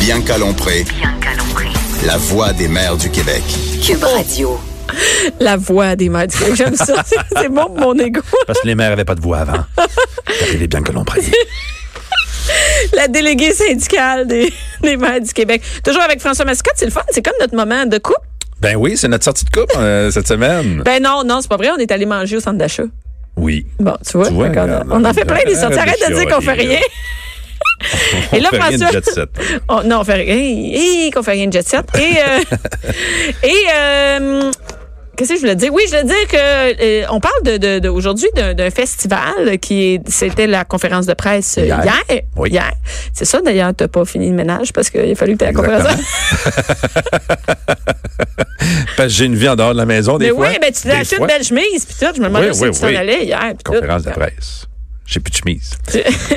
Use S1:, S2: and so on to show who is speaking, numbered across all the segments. S1: Bien calompré. La voix des mères du Québec.
S2: Cube Radio.
S3: La voix des mères. du- J'aime ça. C'est- C'est bon pour mon ego.
S4: Parce que les mères n'avaient pas de voix avant. T'appelais bien que l'on prie.
S3: La déléguée syndicale des, des maires du Québec. Toujours avec François Mascotte, c'est le fun. C'est comme notre moment de coupe.
S4: Ben oui, c'est notre sortie de coupe euh, cette semaine.
S3: Ben non, non, c'est pas vrai. On est allé manger au centre d'achat.
S4: Oui.
S3: Bon, tu vois.
S4: Tu vois,
S3: fait qu'on a-
S4: regarde,
S3: on en fait
S4: regarde,
S3: plein des sorties.
S4: arrête
S3: Arrête
S4: de
S3: de dire qu'on fait
S4: chialer,
S3: rien. Et là,
S4: on fait rien de
S3: François-
S4: jet set.
S3: On- Oh, non, on fait rien. Hi, hi, qu'on fait rien de jet set. Et, euh, et euh, qu'est-ce que je voulais dire? Oui, je voulais dire que euh, on parle de, de- de- aujourd'hui d'un, d'un festival qui est, c'était la conférence de presse euh,
S4: Hier.
S3: hier.
S4: Oui.
S3: Hier. C'est ça, d'ailleurs, t'as pas fini le ménage parce qu'il a fallu que tu la conférence. de-
S4: Parce que j'ai une vie en dehors de la maison des
S3: Mais
S4: fois.
S3: oui, mais tu t'es
S4: Des
S3: acheté une
S4: fois.
S3: belle chemise, puis tout. Je me demandais
S4: Oui,
S3: si
S4: oui,
S3: tu t'en
S4: oui.
S3: allais hier. puis tout.
S4: Conférence de presse. J'ai plus de chemise.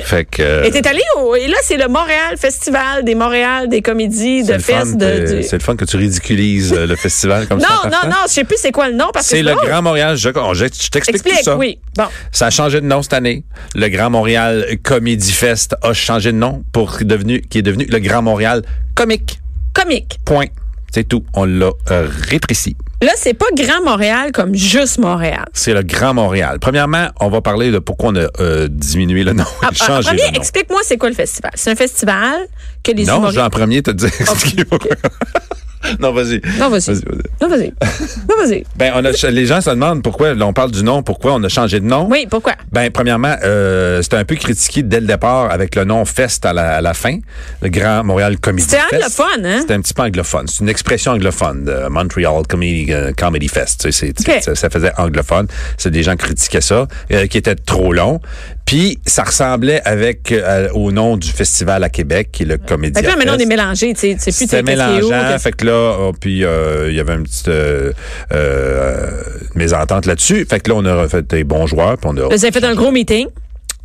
S4: fait que. euh,
S3: Et t'es allé au. Et là, c'est le Montréal Festival des Montréal, des comédies, de
S4: c'est le fun
S3: festes.
S4: que-
S3: De, du-
S4: C'est le fun que tu ridiculises euh, le festival comme ça.
S3: Non, non, non, je sais plus c'est quoi le nom parce que
S4: C'est le
S3: drôle.
S4: Grand Montréal. Je, on- je- je t'explique tout
S3: Explique,
S4: ça.
S3: oui. Bon.
S4: Ça a changé de nom cette année. Le Grand Montréal Comedy Fest a changé de nom pour devenu, qui est devenu le Grand Montréal Comique.
S3: Comique.
S4: Point. C'est tout. On l'a euh, réprécis.
S3: Là, c'est pas Grand Montréal comme juste Montréal.
S4: C'est le Grand Montréal. Premièrement, on va parler de pourquoi on a euh, diminué le nom et
S3: Ah,
S4: changé
S3: premier,
S4: le nom.
S3: explique-moi c'est quoi le festival. C'est un festival que les
S4: Non,
S3: humoristes.
S4: Jean Premier te dit. non, vas-y.
S3: Non, vas-y.
S4: Vas-y, vas-y.
S3: Non, vas-y. non, vas-y.
S4: Ben, on a, les gens se demandent pourquoi là, on parle du nom, pourquoi on a changé de nom.
S3: Oui, pourquoi?
S4: Ben, premièrement, euh, c'était un peu critiqué dès le départ avec le nom Fest à la, à la fin, le Grand Montréal Comedy
S3: C'était
S4: Fest.
S3: anglophone, hein?
S4: C'était un petit peu anglophone. C'est une expression anglophone, de Montreal Comedy, euh, Comedy Fest. Tu sais, c'est-
S3: Ok.
S4: ça, ça faisait anglophone. C'est des gens qui critiquaient ça, euh, qui était trop long. Puis, ça ressemblait avec euh, au nom du festival à Québec, qui est le Comédie
S3: Fait que là, maintenant, on est
S4: Fest.
S3: mélangé. Tu sais, tu sais plus
S4: C'était
S3: t'es- qu'est-ce qui est où,
S4: mélangeant.
S3: qu'est-ce-
S4: Fait que là, oh, puis euh, il y avait une petite euh, euh, mésentente là-dessus. Fait que là, on a refait des bons joueurs. Puis on a
S3: Vous avez fait un gros meeting.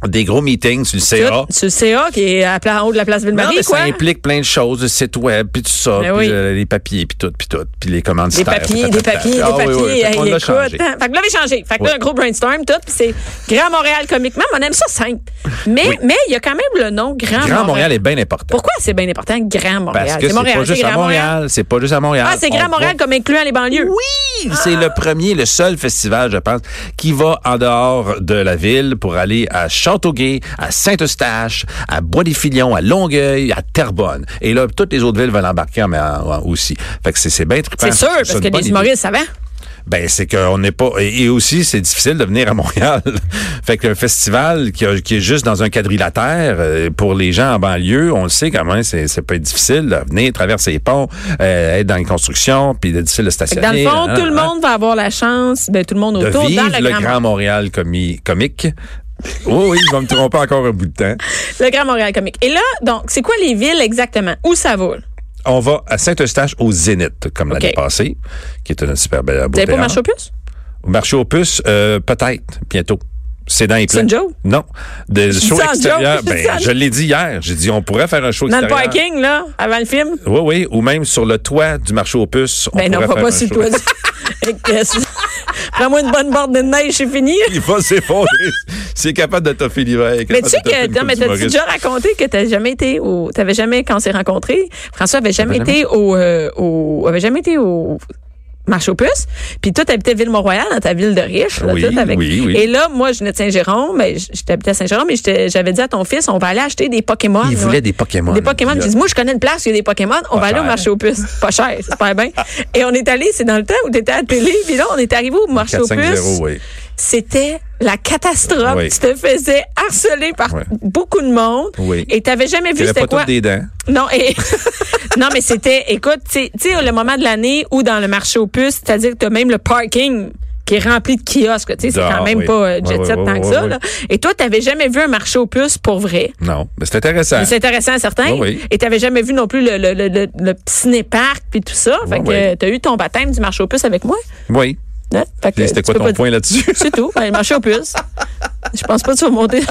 S4: des gros meetings sur le CA.
S3: Tout, sur le CA qui est à pla- en haut de la place
S4: Non,
S3: Ville-Marie,
S4: mais
S3: quoi.
S4: ça implique plein de choses, le site web, puis tout ça,
S3: Ben oui.
S4: puis euh, les papiers, puis tout, puis tout, puis les commandes. Ah
S3: Des papiers, des papiers, des papiers. Hey,
S4: on a
S3: écoute,
S4: changé.
S3: hein. Fait que là, j'ai changé. Fait que là,
S4: Ouais.
S3: un gros brainstorm, tout, puis c'est Grand Montréal comiquement. mais On aime ça simple. Mais mais il y a quand même le nom Grand,
S4: Grand Montréal est bien important.
S3: Pourquoi c'est bien important, Grand Montréal?
S4: Parce que c'est
S3: Montréal,
S4: pas juste à
S3: Grand
S4: Montréal, c'est pas juste à Montréal.
S3: Ah, c'est Grand
S4: On
S3: Montréal
S4: va-
S3: comme incluant les banlieues.
S4: Oui, c'est le premier, le seul festival, je pense, qui va en dehors de la ville pour aller à Châteauguay, à Saint-Eustache, à Bois-des-Filions, à Longueuil, à Terrebonne. Et là, toutes les autres villes veulent embarquer en, en- aussi. Fait que c'est- c'est bien trippant.
S3: C'est sûr,
S4: Ben, C'est
S3: parce
S4: une
S3: que
S4: bonne
S3: les
S4: idée.
S3: humoristes, ça va.
S4: Ben, c'est qu'on n'est pas. Et et aussi, c'est difficile de venir à Montréal. fait qu'un festival qui, a- qui est juste dans un quadrilatère, euh, pour les gens en banlieue, on le sait quand même, c'est, c'est pas difficile de venir traverser les ponts, euh, être dans les constructions, puis de difficile de
S3: Fait que
S4: stationner.
S3: Dans le fond,
S4: hein,
S3: tout le
S4: hein,
S3: monde va avoir la chance, ben, tout le monde
S4: de
S3: autour,
S4: vivre
S3: dans le, Grand, Montréal.
S4: Montréal comi- comique. Oui, oui, je vais me tromper encore un bout de temps.
S3: le Grand Montréal comique. Et là, donc, c'est quoi les villes exactement? Où ça va? là?
S4: On va à Saint-Eustache au Zénith, comme l'année
S3: Ok.
S4: passée, qui est une super belle
S3: Vous n'avez pas marché aux puces?
S4: Marché aux puces, euh, peut-être, bientôt. C'est dans les
S3: C'est
S4: plans.
S3: une joke?
S4: Non. Des
S3: dis
S4: shows
S3: ça en
S4: extérieurs.
S3: joke, tu dis
S4: Ben,
S3: ça en-
S4: je l'ai dit hier. J'ai dit, on pourrait faire un show
S3: Dans le
S4: extérieur.
S3: parking, là, avant le film?
S4: Oui, oui. Ou même sur le toit du marché aux puces. on
S3: Ben non,
S4: pourrait
S3: pas,
S4: faire
S3: pas
S4: un
S3: sur le
S4: show.
S3: toit. du- Avec, euh, sur- Prends-moi une bonne bande de neige, c'est fini.
S4: Il va s'effondrer. C'est capable de toffer l'hiver. il est
S3: Mais
S4: capable
S3: tu sais
S4: de toffer
S3: que,
S4: une
S3: non,
S4: coupe
S3: mais t'as-tu
S4: d'humoriste.
S3: déjà raconté que t'as jamais été au, t'avais jamais, quand on s'est rencontrés, François avait jamais été au, euh, au, avait jamais été au marché aux puces, puis toi t'habitais Ville-Mont-Royal, dans ta ville de riche, là,
S4: Oui,
S3: tout avec.
S4: oui, oui.
S3: Et là, moi, je venais de Saint-Jérôme, ben, j- j'habitais à Saint-Jérôme, et j'étais- j'avais dit à ton fils, on va aller acheter des Pokémon.
S4: Il
S3: là.
S4: voulait des Pokémon.
S3: Des Pokémon.
S4: Puis
S3: Je
S4: là-
S3: dis, moi, je connais une place où il y a des Pokémon. On
S4: Pas
S3: va aller au
S4: cher.
S3: marché aux puces. Pas cher, c'est super bien. Et on est allé, c'est dans le temps où t'étais à la télé. Puis là, on est arrivé au marché aux puces
S4: 4-5-0, oui.
S3: c'était la catastrophe.
S4: Oui.
S3: Tu te faisais harceler par
S4: Oui.
S3: beaucoup de monde.
S4: Oui.
S3: Et tu n'avais jamais
S4: Il
S3: vu
S4: avait
S3: c'était
S4: pas
S3: quoi.
S4: toutes des dents.
S3: Non, et- non, mais c'était, écoute, tu sais- tu sais, le moment de l'année où dans le marché aux puces, c'est-à-dire que tu as même le parking qui est rempli de kiosques. Tu sais, c'est
S4: Ah,
S3: quand même
S4: oui.
S3: pas euh,
S4: Oui,
S3: jet
S4: oui,
S3: set
S4: oui,
S3: tant
S4: oui,
S3: que ça.
S4: oui.
S3: là. Et toi, t'avais jamais vu un marché aux puces pour vrai.
S4: Non, mais c'est intéressant.
S3: Mais C'est intéressant à certains.
S4: Ah. Oui, oui.
S3: Et t'avais jamais vu non plus le, le, le, le, le petit ciné-parc puis tout ça. Fait
S4: Oui,
S3: que
S4: oui.
S3: euh, t'as eu ton baptême du marché aux puces avec moi.
S4: Oui.
S3: Hein? Fait que,
S4: Et C'était
S3: tu
S4: quoi
S3: peux
S4: ton
S3: pas
S4: point là-dessus?
S3: c'est tout. Ben, le marché aux puces. Je pense pas que tu vas monter.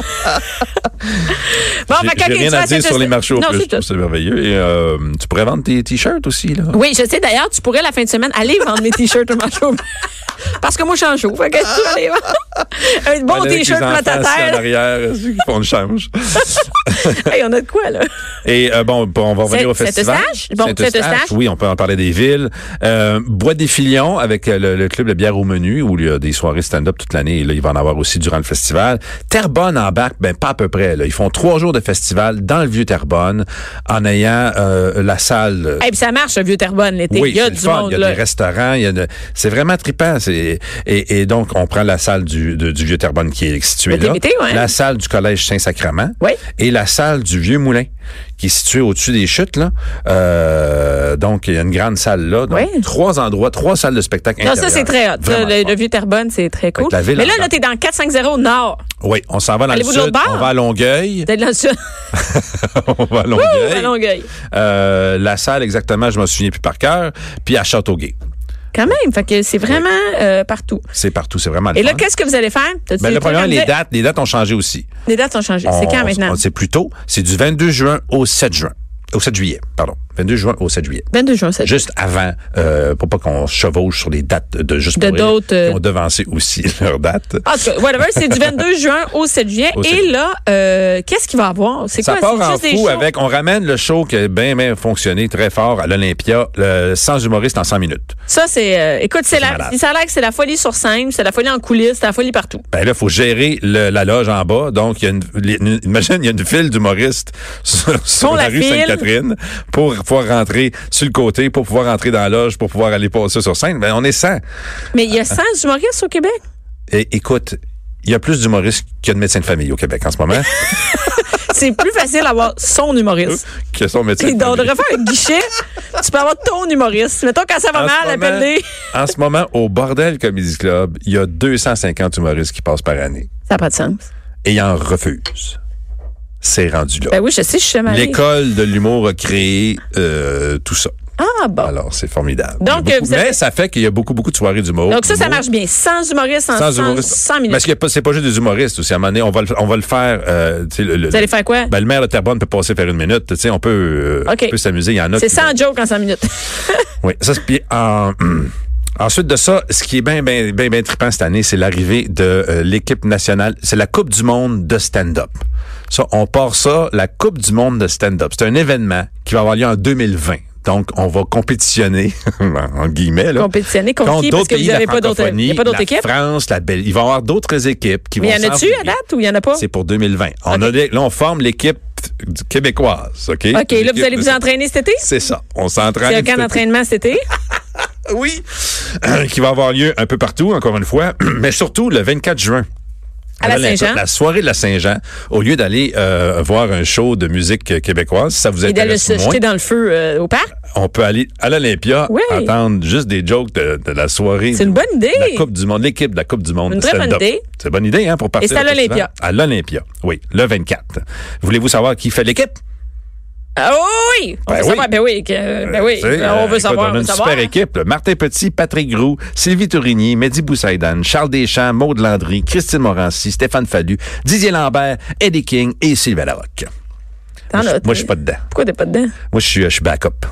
S3: bon,
S4: J'ai
S3: fait que,
S4: j'ai
S3: ok, tu
S4: rien
S3: vas
S4: à dire
S3: cette-
S4: sur les marchés aux
S3: Non,
S4: puces.
S3: c'est tout.
S4: C'est merveilleux. Et euh, tu pourrais vendre tes t-shirts aussi, là.
S3: Oui, je sais d'ailleurs, tu pourrais la fin de semaine aller vendre mes t-shirts au marché aux puces. Parce que moi, je suis en jour. Fait que tu vas aller vendre un bon
S4: Avec les
S3: t-shirt
S4: enfants assis en
S3: platataire.
S4: arrière, ceux qui font le change.
S3: Hey, on a de quoi, là?
S4: Et euh, bon, bon, on va revenir au
S3: Saint-
S4: festival.
S3: Saint-Eustache? Bon, Saint-Eustache.
S4: Oui, on peut en parler des villes. Euh, Bois des Filions avec euh, le, le club de bière au menu où il y a des soirées stand-up toute l'année. Et là, il va en avoir aussi durant le festival. Terrebonne embarque, ben pas à peu près. Là. Ils font trois jours de festival dans le vieux Terrebonne en ayant euh, la salle. euh,
S3: Et puis ça marche, le vieux Terrebonne, l'été.
S4: Oui,
S3: il y a
S4: c'est le
S3: du
S4: fun.
S3: monde,
S4: Il y a
S3: là.
S4: des restaurants, il y a de- c'est vraiment trippant. C'est- Et, et donc, on prend la salle du, de- du vieux Terrebonne qui est située
S3: Le
S4: là,
S3: TBT, ouais.
S4: la salle du collège Saint-Sacrement
S3: Oui.
S4: et la salle du vieux Moulin qui est située au-dessus des chutes là. Euh, donc, il y a une grande salle là. Donc,
S3: Oui.
S4: trois endroits, trois salles de spectacle.
S3: Non, ça, c'est très hot. Ça,
S4: Vraiment
S3: Le,
S4: fun.
S3: le vieux Terrebonne, c'est très cool.
S4: que la ville
S3: Mais là,
S4: en-
S3: là, t'es dans 450 Nord.
S4: Oui, on s'en va dans le
S3: Allez-vous de l'autre
S4: sud,
S3: bord?
S4: on va à Longueuil,
S3: T'es dans le sud.
S4: on va
S3: Ouh, à
S4: à Longueuil.
S3: Longueuil.
S4: Euh, la salle exactement, je me souviens plus par cœur, puis à Châteauguay.
S3: Quand même. Fait que c'est vraiment euh, partout.
S4: C'est partout, c'est vraiment le
S3: Et là,
S4: fun.
S3: qu'est-ce que vous allez faire? T'as-tu
S4: Ben,
S3: des
S4: le
S3: trucs à
S4: problème,
S3: me
S4: les
S3: dire?
S4: dates, les dates ont changé aussi.
S3: Les dates ont changé. C'est
S4: On-
S3: quand
S4: on-
S3: maintenant?
S4: on- C'est plus tôt. C'est du 22 juin au 7 juin. Au 7 juillet, pardon. 22 juin au 7 juillet.
S3: 22 juin, c'est
S4: Juste avant, euh, pour pas qu'on chevauche sur les dates de juste
S3: De
S4: pour rire,
S3: d'autres, euh, Ah,
S4: qui ont devancé aussi leurs dates.
S3: En tout cas, whatever, c'est du 22 juin au 7 juillet.
S4: Au 7
S3: Et là, euh, qu'est-ce qu'il va y avoir? C'est
S4: Ça
S3: quoi?
S4: part
S3: C'est
S4: en
S3: juste des shows?
S4: fou avec, on ramène le show qui a bien, bien fonctionné très fort à l'Olympia, le sans humoriste en 100 minutes.
S3: Ça, c'est... euh, écoute, c'est
S4: c'est
S3: la,
S4: malade.
S3: ça a l'air que c'est la folie sur scène, c'est la folie en coulisses, c'est la folie partout.
S4: Ben là, faut gérer le- la loge en bas. Donc, il y a une, les- une- imagine, il y a une file d'humoristes sur, sur
S3: la
S4: la rue
S3: file.
S4: Sainte-Catherine pour pouvoir rentrer sur le côté, pour pouvoir rentrer dans la loge, pour pouvoir aller passer sur scène. Ben, on est 100.
S3: Mais il y a 100 humoristes au Québec.
S4: Et, Eh, écoute, il y a plus d'humoristes qu'il y a de médecins de famille au Québec en ce moment
S3: C'est plus facile d'avoir son humoriste.
S4: que son médecin
S3: Et
S4: de
S3: donc, de
S4: famille.
S3: refaire un guichet, tu peux avoir ton humoriste. Mettons, quand ça va
S4: En ce
S3: mal,
S4: moment-
S3: appelle-les.
S4: En ce moment, au Bordel Comedy Club, il y a 250 humoristes qui passent par année.
S3: Ça n'a pas de sens.
S4: Et ils en refusent. C'est rendu là.
S3: Ben oui, je sais, je suis jamais allée.
S4: L'école de l'humour a créé euh, tout ça.
S3: Ah, bon.
S4: Alors, c'est formidable.
S3: Donc,
S4: Il y a
S3: euh,
S4: beaucoup-
S3: vous avez-
S4: mais ça fait qu'il y a beaucoup, beaucoup de soirées d'humour.
S3: Donc ça, ça
S4: Humour.
S3: marche bien. Sans humoriste, en 100,
S4: Sans Ah, humoristes.
S3: 100 minutes.
S4: Parce que c'est pas juste des humoristes aussi. À un moment donné, on va le, on va le faire. euh, tu sais, le, le-
S3: Vous allez faire quoi?
S4: Ben, le maire de Terrebonne peut passer faire une minute. Tu sais, on peut, euh,
S3: OK.
S4: on peut s'amuser. Il y en a.
S3: c'est
S4: qui
S3: 100
S4: vont-
S3: jokes en 100 minutes.
S4: Oui. Ça, c'est- puis, en- Ensuite de ça, ce qui est bien, bien, bien, bien trippant cette année, c'est l'arrivée de euh, l'équipe nationale. C'est la Coupe du monde de stand-up. Ça, on part ça, la Coupe du monde de stand-up. C'est un événement qui va avoir lieu en 2020. Donc, on va compétitionner, en guillemets, là.
S3: Compétitionner contre qui? Parce
S4: d'autres
S3: que vous
S4: pays, la
S3: n'avez pas d'autres il
S4: francophonie,
S3: y a pas d'autres
S4: la
S3: équipes?
S4: France, la Belgique. Il va y avoir d'autres équipes qui
S3: Mais
S4: vont
S3: y en a-tu à
S4: s'envoyer.
S3: date ou il y en a pas?
S4: C'est pour 2020. On
S3: OK.
S4: a des- là, on forme l'équipe québécoise, OK?
S3: OK, là, vous
S4: L'équipe
S3: allez
S4: de-
S3: vous entraîner cet été?
S4: C'est ça. On s'entraîne.
S3: Il y a aucun
S4: cet été.
S3: entraînement cet été?
S4: Oui. Euh, qui va avoir lieu un peu partout, encore une fois, mais surtout le 24 juin.
S3: À la
S4: Voilà,
S3: Saint-Jean.
S4: La soirée de la Saint-Jean, au lieu d'aller euh, voir un show de musique euh, québécoise, si ça vous
S3: Et d'aller
S4: intéresse
S3: se
S4: moins,
S3: jeter dans le feu euh, au parc?
S4: on peut aller à l'Olympia,
S3: Oui.
S4: entendre juste des jokes de, de la soirée.
S3: C'est une bonne idée.
S4: de La Coupe du Monde, l'équipe de la Coupe du Monde.
S3: Une
S4: de
S3: très bonne
S4: stand-up.
S3: idée.
S4: C'est une bonne idée, hein, pour partir.
S3: c'est à
S4: au festival.
S3: l'Olympia.
S4: À l'Olympia, oui, le 24. Voulez-vous savoir qui fait l'équipe?
S3: Ah oui! On
S4: Ben
S3: veut
S4: oui.
S3: savoir. Ben oui. que- ben oui.
S4: Tu sais,
S3: on
S4: euh,
S3: veut
S4: écoute,
S3: savoir. on
S4: On a
S3: veut
S4: une
S3: savoir.
S4: super équipe. là. Martin Petit, Patrick Groux, Sylvie Tourigny, Mehdi Boussaïdan, Charles Deschamps, Maude Landry, Christine Morancy, Stéphane Fallu, Didier Lambert, Eddie King et Sylvain Larocque.
S3: T'en
S4: Moi,
S3: as-
S4: je- moi, je suis pas dedans.
S3: Pourquoi t'es pas dedans?
S4: Moi, je suis, je suis backup.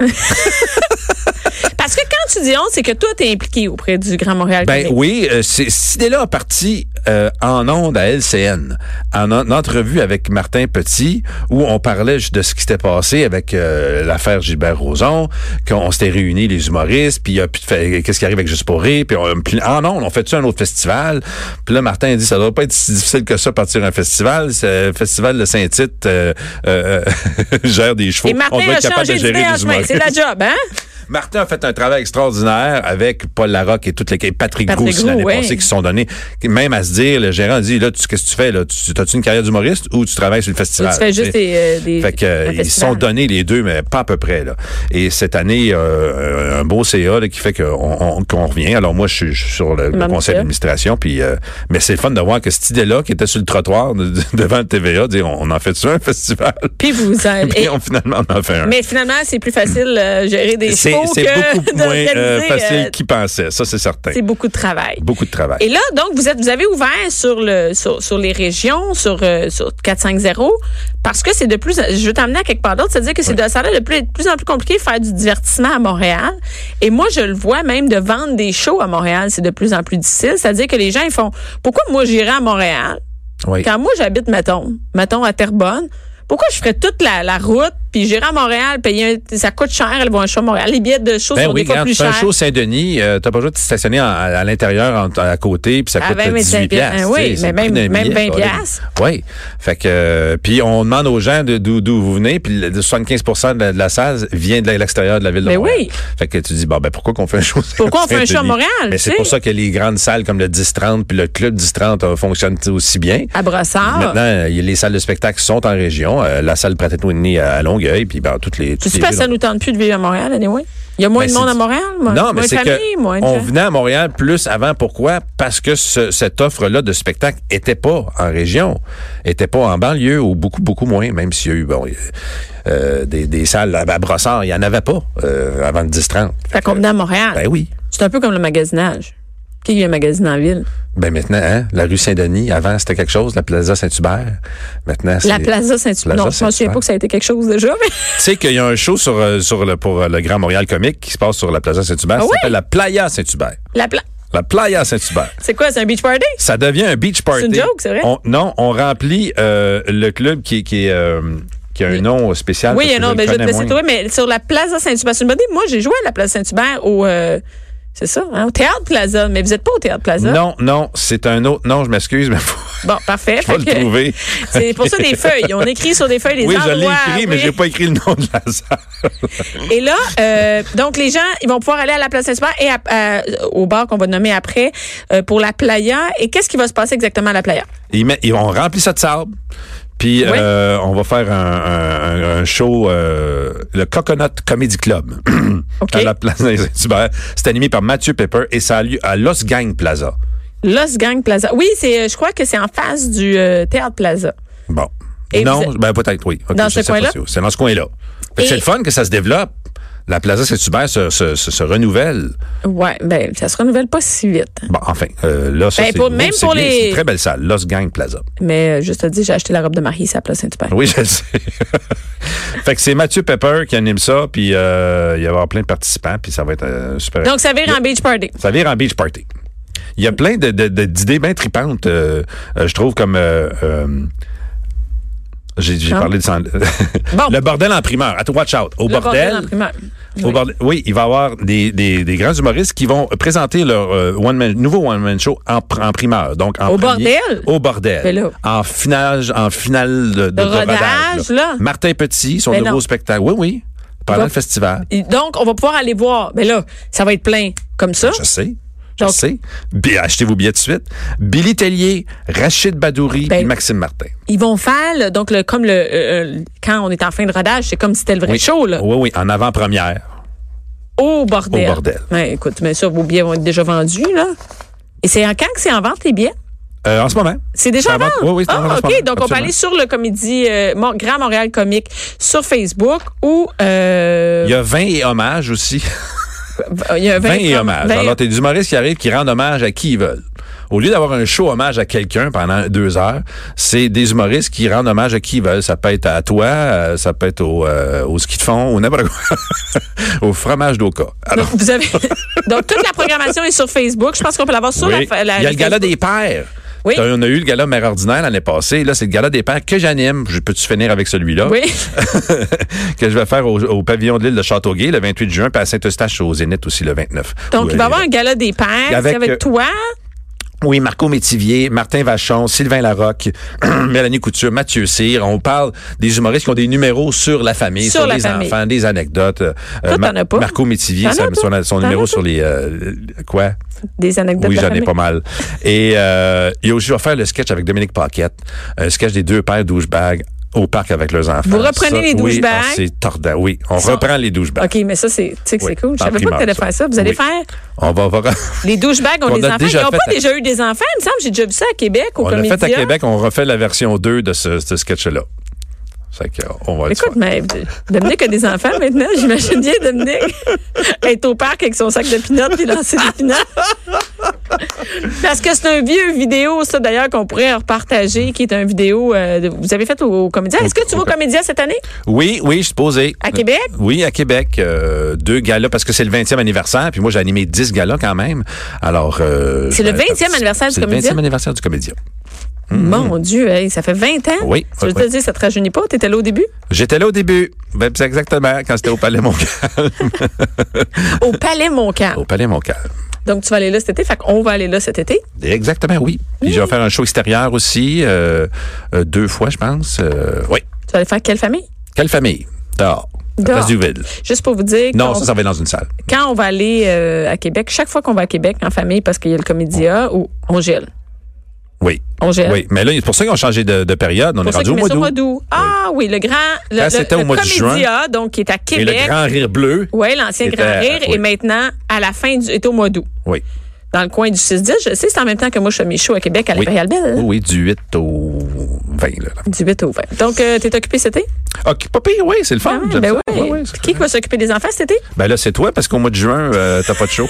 S3: Parce que quand tu dis on, c'est que toi, t'es impliqué auprès du Grand Montréal.
S4: Ben
S3: Québec.
S4: oui, euh, c'est- cette idée-là a parti euh, en ondes à LCN, en en- en entrevue avec Martin Petit, où on parlait ju- de ce qui s'était passé avec euh, l'affaire Gilbert Rozon, qu'on s'était réunis les humoristes, puis il y a plus de fa- qu'est-ce qui arrive avec Juste pour rire, puis on, puis en ondes, on fait ça un autre festival. Puis là, Martin a dit, ça doit pas être si difficile que ça partir un festival. C'est le festival de Saint-Tite euh, euh, gère des chevaux.
S3: Et Martin
S4: on doit
S3: a
S4: être capable
S3: changé
S4: de gérer
S3: d'idée en
S4: des
S3: chemin.
S4: humoristes.
S3: C'est la job, hein?
S4: Martin a fait un travail extraordinaire avec Paul Larocque et toute l'équipe, Patrick,
S3: Patrick
S4: Patrick Gousse
S3: Gou,
S4: l'année
S3: ouais.
S4: passée, qui se sont donnés, même à se dire, le gérant dit, là, tu- qu'est-ce que tu fais, là? Tu, as-tu une carrière d'humoriste ou tu travailles sur le
S3: Ou
S4: festival?
S3: tu fais juste
S4: Tu sais.
S3: des, euh, des-
S4: Fait que, euh,
S3: un
S4: ils se
S3: festival.
S4: sont donnés les deux, mais pas à peu près. Là. Et cette année, euh, un beau CA là, qui fait qu'on on- qu'on revient. Alors moi, je suis je suis sur le, le
S3: Mme
S4: conseil
S3: Tia.
S4: d'administration. Puis, euh, mais c'est le fun de voir que cette idée-là, qui était sur le trottoir de- de- devant le TVA, dire on, on en fait ça un festival.
S3: Puis vous allez-
S4: Puis on, finalement, on en fait un.
S3: Mais finalement, c'est plus facile euh, gérer des
S4: C'est
S3: chevaux
S4: c'est
S3: que
S4: beaucoup moins
S3: d'organiser,
S4: euh, facile
S3: euh,
S4: qu'ils pensaient. Ça, c'est certain.
S3: c'est beaucoup de travail.
S4: Beaucoup de travail.
S3: Et là, donc, vous êtes, vous avez ouvert sur le, sur, sur les régions, sur, euh, sur 450, parce que c'est de plus, je veux t'amener à quelque part d'autre, c'est-à-dire que c'est de, ça a l'air de plus, de plus en plus compliqué de faire du divertissement à Montréal. Et moi, je le vois même de vendre des shows à Montréal, c'est de plus en plus difficile. C'est-à-dire que les gens, ils font, pourquoi moi j'irais à Montréal?
S4: Oui.
S3: Quand moi j'habite, mettons, mettons à Terrebonne, pourquoi je ferais toute la, la route puis j'irais à Montréal, payer un- ça coûte cher, aller voir un show à Montréal. Les billets de show
S4: Ben
S3: sont
S4: oui,
S3: des fois
S4: quand tu
S3: plus
S4: fais un
S3: chers.
S4: show Saint-Denis, euh, t'as pas besoin de te stationner en- à, à l'intérieur, en- à côté, puis ça
S3: Ah,
S4: coûte
S3: 20,
S4: 18
S3: 25
S4: piastres.
S3: hein, oui,
S4: tu sais,
S3: mais
S4: c'est le prix
S3: même-
S4: d'un
S3: même
S4: billet,
S3: 20
S4: ça, là.
S3: piastres.
S4: Oui. Fait que, euh, puis on demande aux gens de- d'où d'où vous venez, puis le- de 75 de la, de la salle vient de l'extérieur de la ville de
S3: Mais
S4: Montréal.
S3: oui.
S4: Fait que tu dis, bon, ben pourquoi qu'on fait un show
S3: Pourquoi on fait un show à
S4: Saint-Denis?
S3: Montréal,
S4: Mais c'est
S3: tu
S4: pour
S3: sais?
S4: ça que les grandes salles comme le 10-30 puis le club 10-30 euh, fonctionnent aussi bien.
S3: À Brossard.
S4: Maintenant, euh, y- les salles de spectacle sont en région. euh, la salle Pratette-Winnie à Longueuil, puis ben, toutes les.
S3: Tu
S4: toutes
S3: sais
S4: les
S3: pas,
S4: villes
S3: ça
S4: ont-
S3: nous tente plus de vivre à Montréal, anyway. Il y a moins
S4: Ben,
S3: de
S4: c'est
S3: monde à
S4: du-
S3: Montréal, moi.
S4: Non, mais
S3: moins de
S4: c'est
S3: famille,
S4: que
S3: moins de
S4: on
S3: gens.
S4: venait à Montréal plus avant. Pourquoi? Parce que ce- cette offre-là de spectacle était pas en région, était pas en banlieue ou beaucoup, beaucoup moins, même s'il y a eu bon, euh, des, des salles à à Brossard, il n'y en avait pas euh, avant le 10-30.
S3: Fait qu'on venait à Montréal.
S4: Ben oui.
S3: C'est un peu comme le magasinage. Qui vient magasiner en ville?
S4: Ben maintenant, hein, la rue Saint-Denis, avant c'était quelque chose, la Plaza Saint-Hubert. Maintenant, c'est...
S3: La Plaza Saint-Hubert.
S4: Plaza
S3: Non, je me souviens
S4: Saint-Hubert.
S3: pas que ça a été quelque chose déjà, mais
S4: Tu sais qu'il y a un show sur, euh, sur le, pour euh, le Grand Montréal Comique qui se passe sur la Plaza Saint-Hubert.
S3: Ah
S4: ça
S3: oui?
S4: s'appelle la Playa Saint-Hubert.
S3: la Plaza.
S4: La Playa Saint-Hubert.
S3: C'est quoi? C'est un beach party?
S4: Ça devient un beach party.
S3: C'est une joke, c'est vrai?
S4: On- non, on remplit euh, le club qui, qui, est, euh, qui a un nom spécial.
S3: oui,
S4: parce que
S3: non,
S4: le
S3: ben, je vais te
S4: connais
S3: laisser
S4: moins.
S3: trouver, mais sur la Plaza Saint-Hubert, c'est une bonne idée. Moi, j'ai joué à la Plaza Saint-Hubert au, euh, c'est ça, hein, au Théâtre Plaza, mais vous êtes pas au Théâtre Plaza.
S4: Non, non, c'est un autre. Non, je m'excuse, mais faut,
S3: Bon, parfait.
S4: faut
S3: Fait
S4: le
S3: que-
S4: trouver.
S3: C'est pour ça des feuilles. On écrit sur des feuilles les
S4: oui, je
S3: endroits.
S4: l'ai écrit, mais
S3: oui.
S4: j'ai pas écrit le nom de la salle.
S3: Et là, euh, donc les gens, ils vont pouvoir aller à la place Saint-Hubert et à- à- au bar qu'on va nommer après euh, pour la playa. Et qu'est-ce qui va se passer exactement à la playa?
S4: Ils met- ils- on remplit ça de sable. Puis
S3: Oui.
S4: euh, on va faire un, un- un show, euh, le Coconut Comedy Club
S3: OK.
S4: à la Plaza Saint-Hubert. C'est animé par Mathieu Pepper et ça a lieu à Los Gang Plaza.
S3: Los Gang Plaza. Oui, c'est, euh, je crois que c'est en face du euh, Théâtre Plaza.
S4: Bon.
S3: Et
S4: non,
S3: vous êtes-
S4: ben peut-être, oui. Ok,
S3: Dans
S4: je
S3: ce
S4: sais pas
S3: coin-là?
S4: si- C'est dans ce coin-là. Fait que
S3: Et-
S4: C'est le fun que ça se développe. La Plaza Saint-Hubert se, se- se- se renouvelle.
S3: Ouais, ben ça se renouvelle pas si vite.
S4: Bon, enfin, euh, là, ça,
S3: Ben,
S4: c'est
S3: pour-
S4: oui,
S3: même
S4: c'est
S3: pour
S4: bien,
S3: les-
S4: c'est une très belle salle, Los Gang Plaza.
S3: Mais euh, je te dis, j'ai acheté la robe de mariée à la place Saint-Hubert.
S4: Oui, je le sais. fait que c'est Mathieu Pepper qui anime ça, puis euh, il va y avoir plein de participants, puis ça va être euh, super.
S3: Donc ça vire en beach party.
S4: Ça vire en beach party. Il y a plein de- de- de- d'idées bien tripantes, euh, euh, je trouve, comme... euh, euh, j'ai j'ai
S3: Hein?
S4: parlé de... sang-
S3: Bon.
S4: Le bordel en primeur. At- Watch out. Au
S3: Le en primeur.
S4: Au
S3: Oui.
S4: bordel- oui, il va y avoir des, des- des grands humoristes qui vont présenter leur euh, one man- nouveau one-man show en, pr- en primeur. Donc en
S3: Au
S4: premier,
S3: bordel?
S4: Au bordel.
S3: Mais là.
S4: En finale, en finale de, de- de
S3: rodage, là.
S4: Martin Petit, son
S3: Mais
S4: nouveau
S3: non.
S4: spectacle. Oui, oui. Pendant
S3: Va-
S4: le festival.
S3: Et Donc on va pouvoir aller voir. Mais là, ça va être plein comme ça.
S4: Je sais. Je
S3: Donc-
S4: sais. Bi- Achetez vos billets de suite. Billy Tellier, Rachid Badouri,
S3: Ben-
S4: puis Maxime Martin.
S3: Ils vont faire là, donc le comme le euh, euh, quand on est en fin de rodage, c'est comme si c'était le vrai show Ben, là.
S4: Oui, oui, en avant-première.
S3: Au bordel.
S4: Au bordel.
S3: Ouais, écoute, mais ça, vos billets vont être déjà vendus, là. Et c'est en quand que c'est en vente, les billets?
S4: Euh, en ce moment.
S3: C'est déjà en vente?
S4: Oui, oui, c'est en vente en
S3: Ah,
S4: ce
S3: OK.
S4: moment.
S3: Donc, on peut
S4: Absolument.
S3: aller sur le comédie euh, Mon- Grand Montréal Comique sur Facebook ou... euh,
S4: Il y a 20 et hommages aussi.
S3: euh, il y a
S4: 20 et
S3: francs-
S4: hommages.
S3: 20
S4: Alors, t'es des humoristes qui arrivent, qui rendent hommage à qui ils veulent. Au lieu d'avoir un show hommage à quelqu'un pendant deux heures, c'est des humoristes qui rendent hommage à qui ils veulent. Ça peut être à toi, euh, ça peut être au, euh, au ski de fond, au n'importe quoi, au fromage d'Oka. Ah,
S3: donc,
S4: Alors,
S3: vous avez... donc, toute la programmation est sur Facebook. Je pense qu'on peut l'avoir sur
S4: oui.
S3: la, fa- la-
S4: il y a le gala
S3: Facebook.
S4: des pères.
S3: Oui.
S4: T'as- On a eu le gala mère ordinaire l'année passée. Là, c'est le gala des pères que j'anime. Je peux-tu finir avec celui-là?
S3: Oui.
S4: que je vais faire au, au pavillon de l'île de Châteauguay le 28 juin, puis à Saint-Eustache au Zénith aussi le 29.
S3: Donc,
S4: Où,
S3: il va y
S4: euh,
S3: avoir un gala des pères. C'est
S4: Avec,
S3: avec
S4: euh,
S3: toi.
S4: Oui, Marco Métivier, Martin Vachon, Sylvain Larocque, Mélanie Couture, Mathieu Cyr. On parle des humoristes qui ont des numéros sur la famille,
S3: Sur
S4: sur,
S3: la
S4: les
S3: famille.
S4: enfants, des anecdotes. Euh,
S3: Toi,
S4: Ma-
S3: t'en as pas?
S4: Marco Métivier,
S3: T'en as
S4: ça-
S3: pas?
S4: son, son
S3: T'en as
S4: numéro
S3: pas?
S4: sur les... euh, quoi?
S3: Des anecdotes
S4: Oui,
S3: de
S4: j'en ai
S3: famille.
S4: pas mal. Et euh, il a aussi offert le sketch avec Dominique Paquette, un sketch des deux paires douchebags au parc avec leurs enfants.
S3: Vous reprenez les
S4: oui,
S3: douchebags?
S4: ah, c'est tordant, oui. On
S3: Sont-
S4: reprend les douchebags.
S3: OK, mais ça, c'est tu sais que
S4: Oui,
S3: c'est cool. Je
S4: en
S3: savais pas que
S4: primeur,
S3: tu allais
S4: ça.
S3: faire ça. Vous allez
S4: Oui.
S3: faire
S4: On va, on va-
S3: les douchebags ont
S4: On
S3: des
S4: a
S3: enfants.
S4: déjà
S3: Ils n'ont
S4: fait
S3: pas
S4: à-
S3: déjà eu des enfants, il me semble. J'ai déjà vu ça à Québec, au
S4: on l'a
S3: Comédia.
S4: fait à Québec, on refait la version 2 de ce, ce sketch-là. Fait que, on va le
S3: Écoute,
S4: faire.
S3: mais Dominique a des enfants maintenant. J'imagine bien Dominique être au parc avec son sac de pinottes puis lancer des pinottes. Parce que c'est un vieux vidéo, ça d'ailleurs, qu'on pourrait repartager, qui est un vidéo euh, de- vous avez fait au, au Comédia. Est-ce que tu vas au Comédia cette année?
S4: Oui, oui, je suis posé.
S3: À Québec?
S4: Oui, à Québec. euh, deux galas, parce que c'est le 20e anniversaire, puis moi, j'ai animé 10 galas quand même. Alors... euh,
S3: C'est
S4: je
S3: le
S4: vais-
S3: 20e anniversaire du
S4: C'est le
S3: Comédia?
S4: 20e anniversaire du Comédien.
S3: Mon Dieu, hey, ça fait 20 ans.
S4: Mm-hmm. Oui,
S3: Je veux
S4: oui,
S3: te
S4: oui.
S3: dire, ça te rajeunit pas. T'étais là au début?
S4: J'étais là au début. Ben, c'est exactement, quand c'était au Palais Montcalm.
S3: Au Palais Montcalm.
S4: au Palais Montcalm.
S3: Donc, tu vas aller là cet été. Fait qu'on va aller là cet été.
S4: Exactement, oui. Puis j'ai offert un show extérieur aussi, euh, euh, deux fois, je pense. Euh, oui.
S3: Tu vas aller faire quelle famille?
S4: Quelle famille? Dehors. À la
S3: Dehors.
S4: Place du vide.
S3: Juste pour vous dire,
S4: Non,
S3: quand,
S4: ça, ça va être dans une salle.
S3: quand on va aller euh, à Québec, chaque fois qu'on va à Québec en famille, parce qu'il y a le comédia, ou on gèle.
S4: Oui.
S3: On gèle.
S4: Oui. Mais là, c'est pour ça qu'ils ont changé de, de période. On
S3: Euh. Pour
S4: est
S3: ça
S4: rendu
S3: qu'il
S4: au
S3: met
S4: mois
S3: ça au mois
S4: d'août.
S3: d'août. Ah oui, le grand, le,
S4: Quand
S3: le-
S4: c'était au
S3: le
S4: mois de juin.
S3: comédia, donc, qui est à
S4: Et
S3: Québec.
S4: le grand rire bleu.
S3: Oui, l'ancien
S4: était
S3: Grand
S4: à-
S3: Rire.
S4: oui.
S3: Et maintenant, à la fin du, est au mois d'août.
S4: Oui.
S3: Dans le coin du 6-10, je sais, c'est en même temps que moi, je fais mes shows à Québec, à
S4: Oui.
S3: l'Impérial
S4: Oui,
S3: Belle.
S4: Oh oui, du 8 au 20. Là.
S3: Du 8 au 20. Donc, euh, t'es occupé cet été?
S4: OK, pas pire, oui, c'est le fun.
S3: Ah ouais,
S4: Ah, j'aime
S3: ben
S4: ça.
S3: ouais.
S4: Ouais, ouais, c'est
S3: Qui
S4: le fun.
S3: va s'occuper des enfants cet été?
S4: Ben là, c'est toi, parce qu'au mois de juin, euh, t'as pas de show.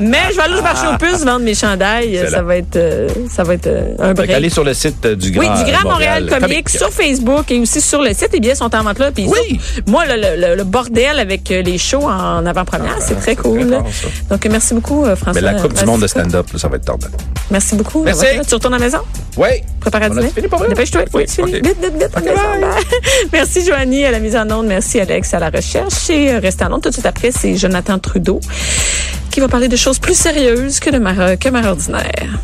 S3: Mais je vais aller au marché aux puces vendre mes chandails.
S4: Excellent.
S3: Ça va être, euh, ça va être euh, un
S4: Fait
S3: break.
S4: qu'allez sur le site euh, du Grand
S3: Oui, du Grand Montréal, Comique,
S4: Comique.
S3: sur Facebook et aussi sur le site. Les billets sont en vente là. Puis
S4: Oui.
S3: ça, moi, le, le- le bordel avec euh, les shows en avant-première, c'est très cool.
S4: très fort, ça.
S3: Donc, euh, merci beaucoup, euh, François.
S4: Mais Ben, la Coupe du
S3: Merci
S4: monde de
S3: beaucoup.
S4: stand-up, là, ça va être tordant.
S3: Merci beaucoup.
S4: Merci.
S3: D'avoir été là. Tu retournes à la maison?
S4: Oui.
S3: Prépare à
S4: On a
S3: dîner.
S4: fini pour vrai? hein?
S3: Dépêche-toi.
S4: Oui,
S3: Fini.
S4: ok.
S3: Vite, vite, vite.
S4: Ok,
S3: on est
S4: bye.
S3: ensemble. Merci, Joanie, à la mise en onde. Merci, Alex, à la recherche. Et euh, restez en onde. Tout de suite après, c'est Jonathan Trudeau qui va parler de choses plus sérieuses que, le mar- que Mar ordinaire.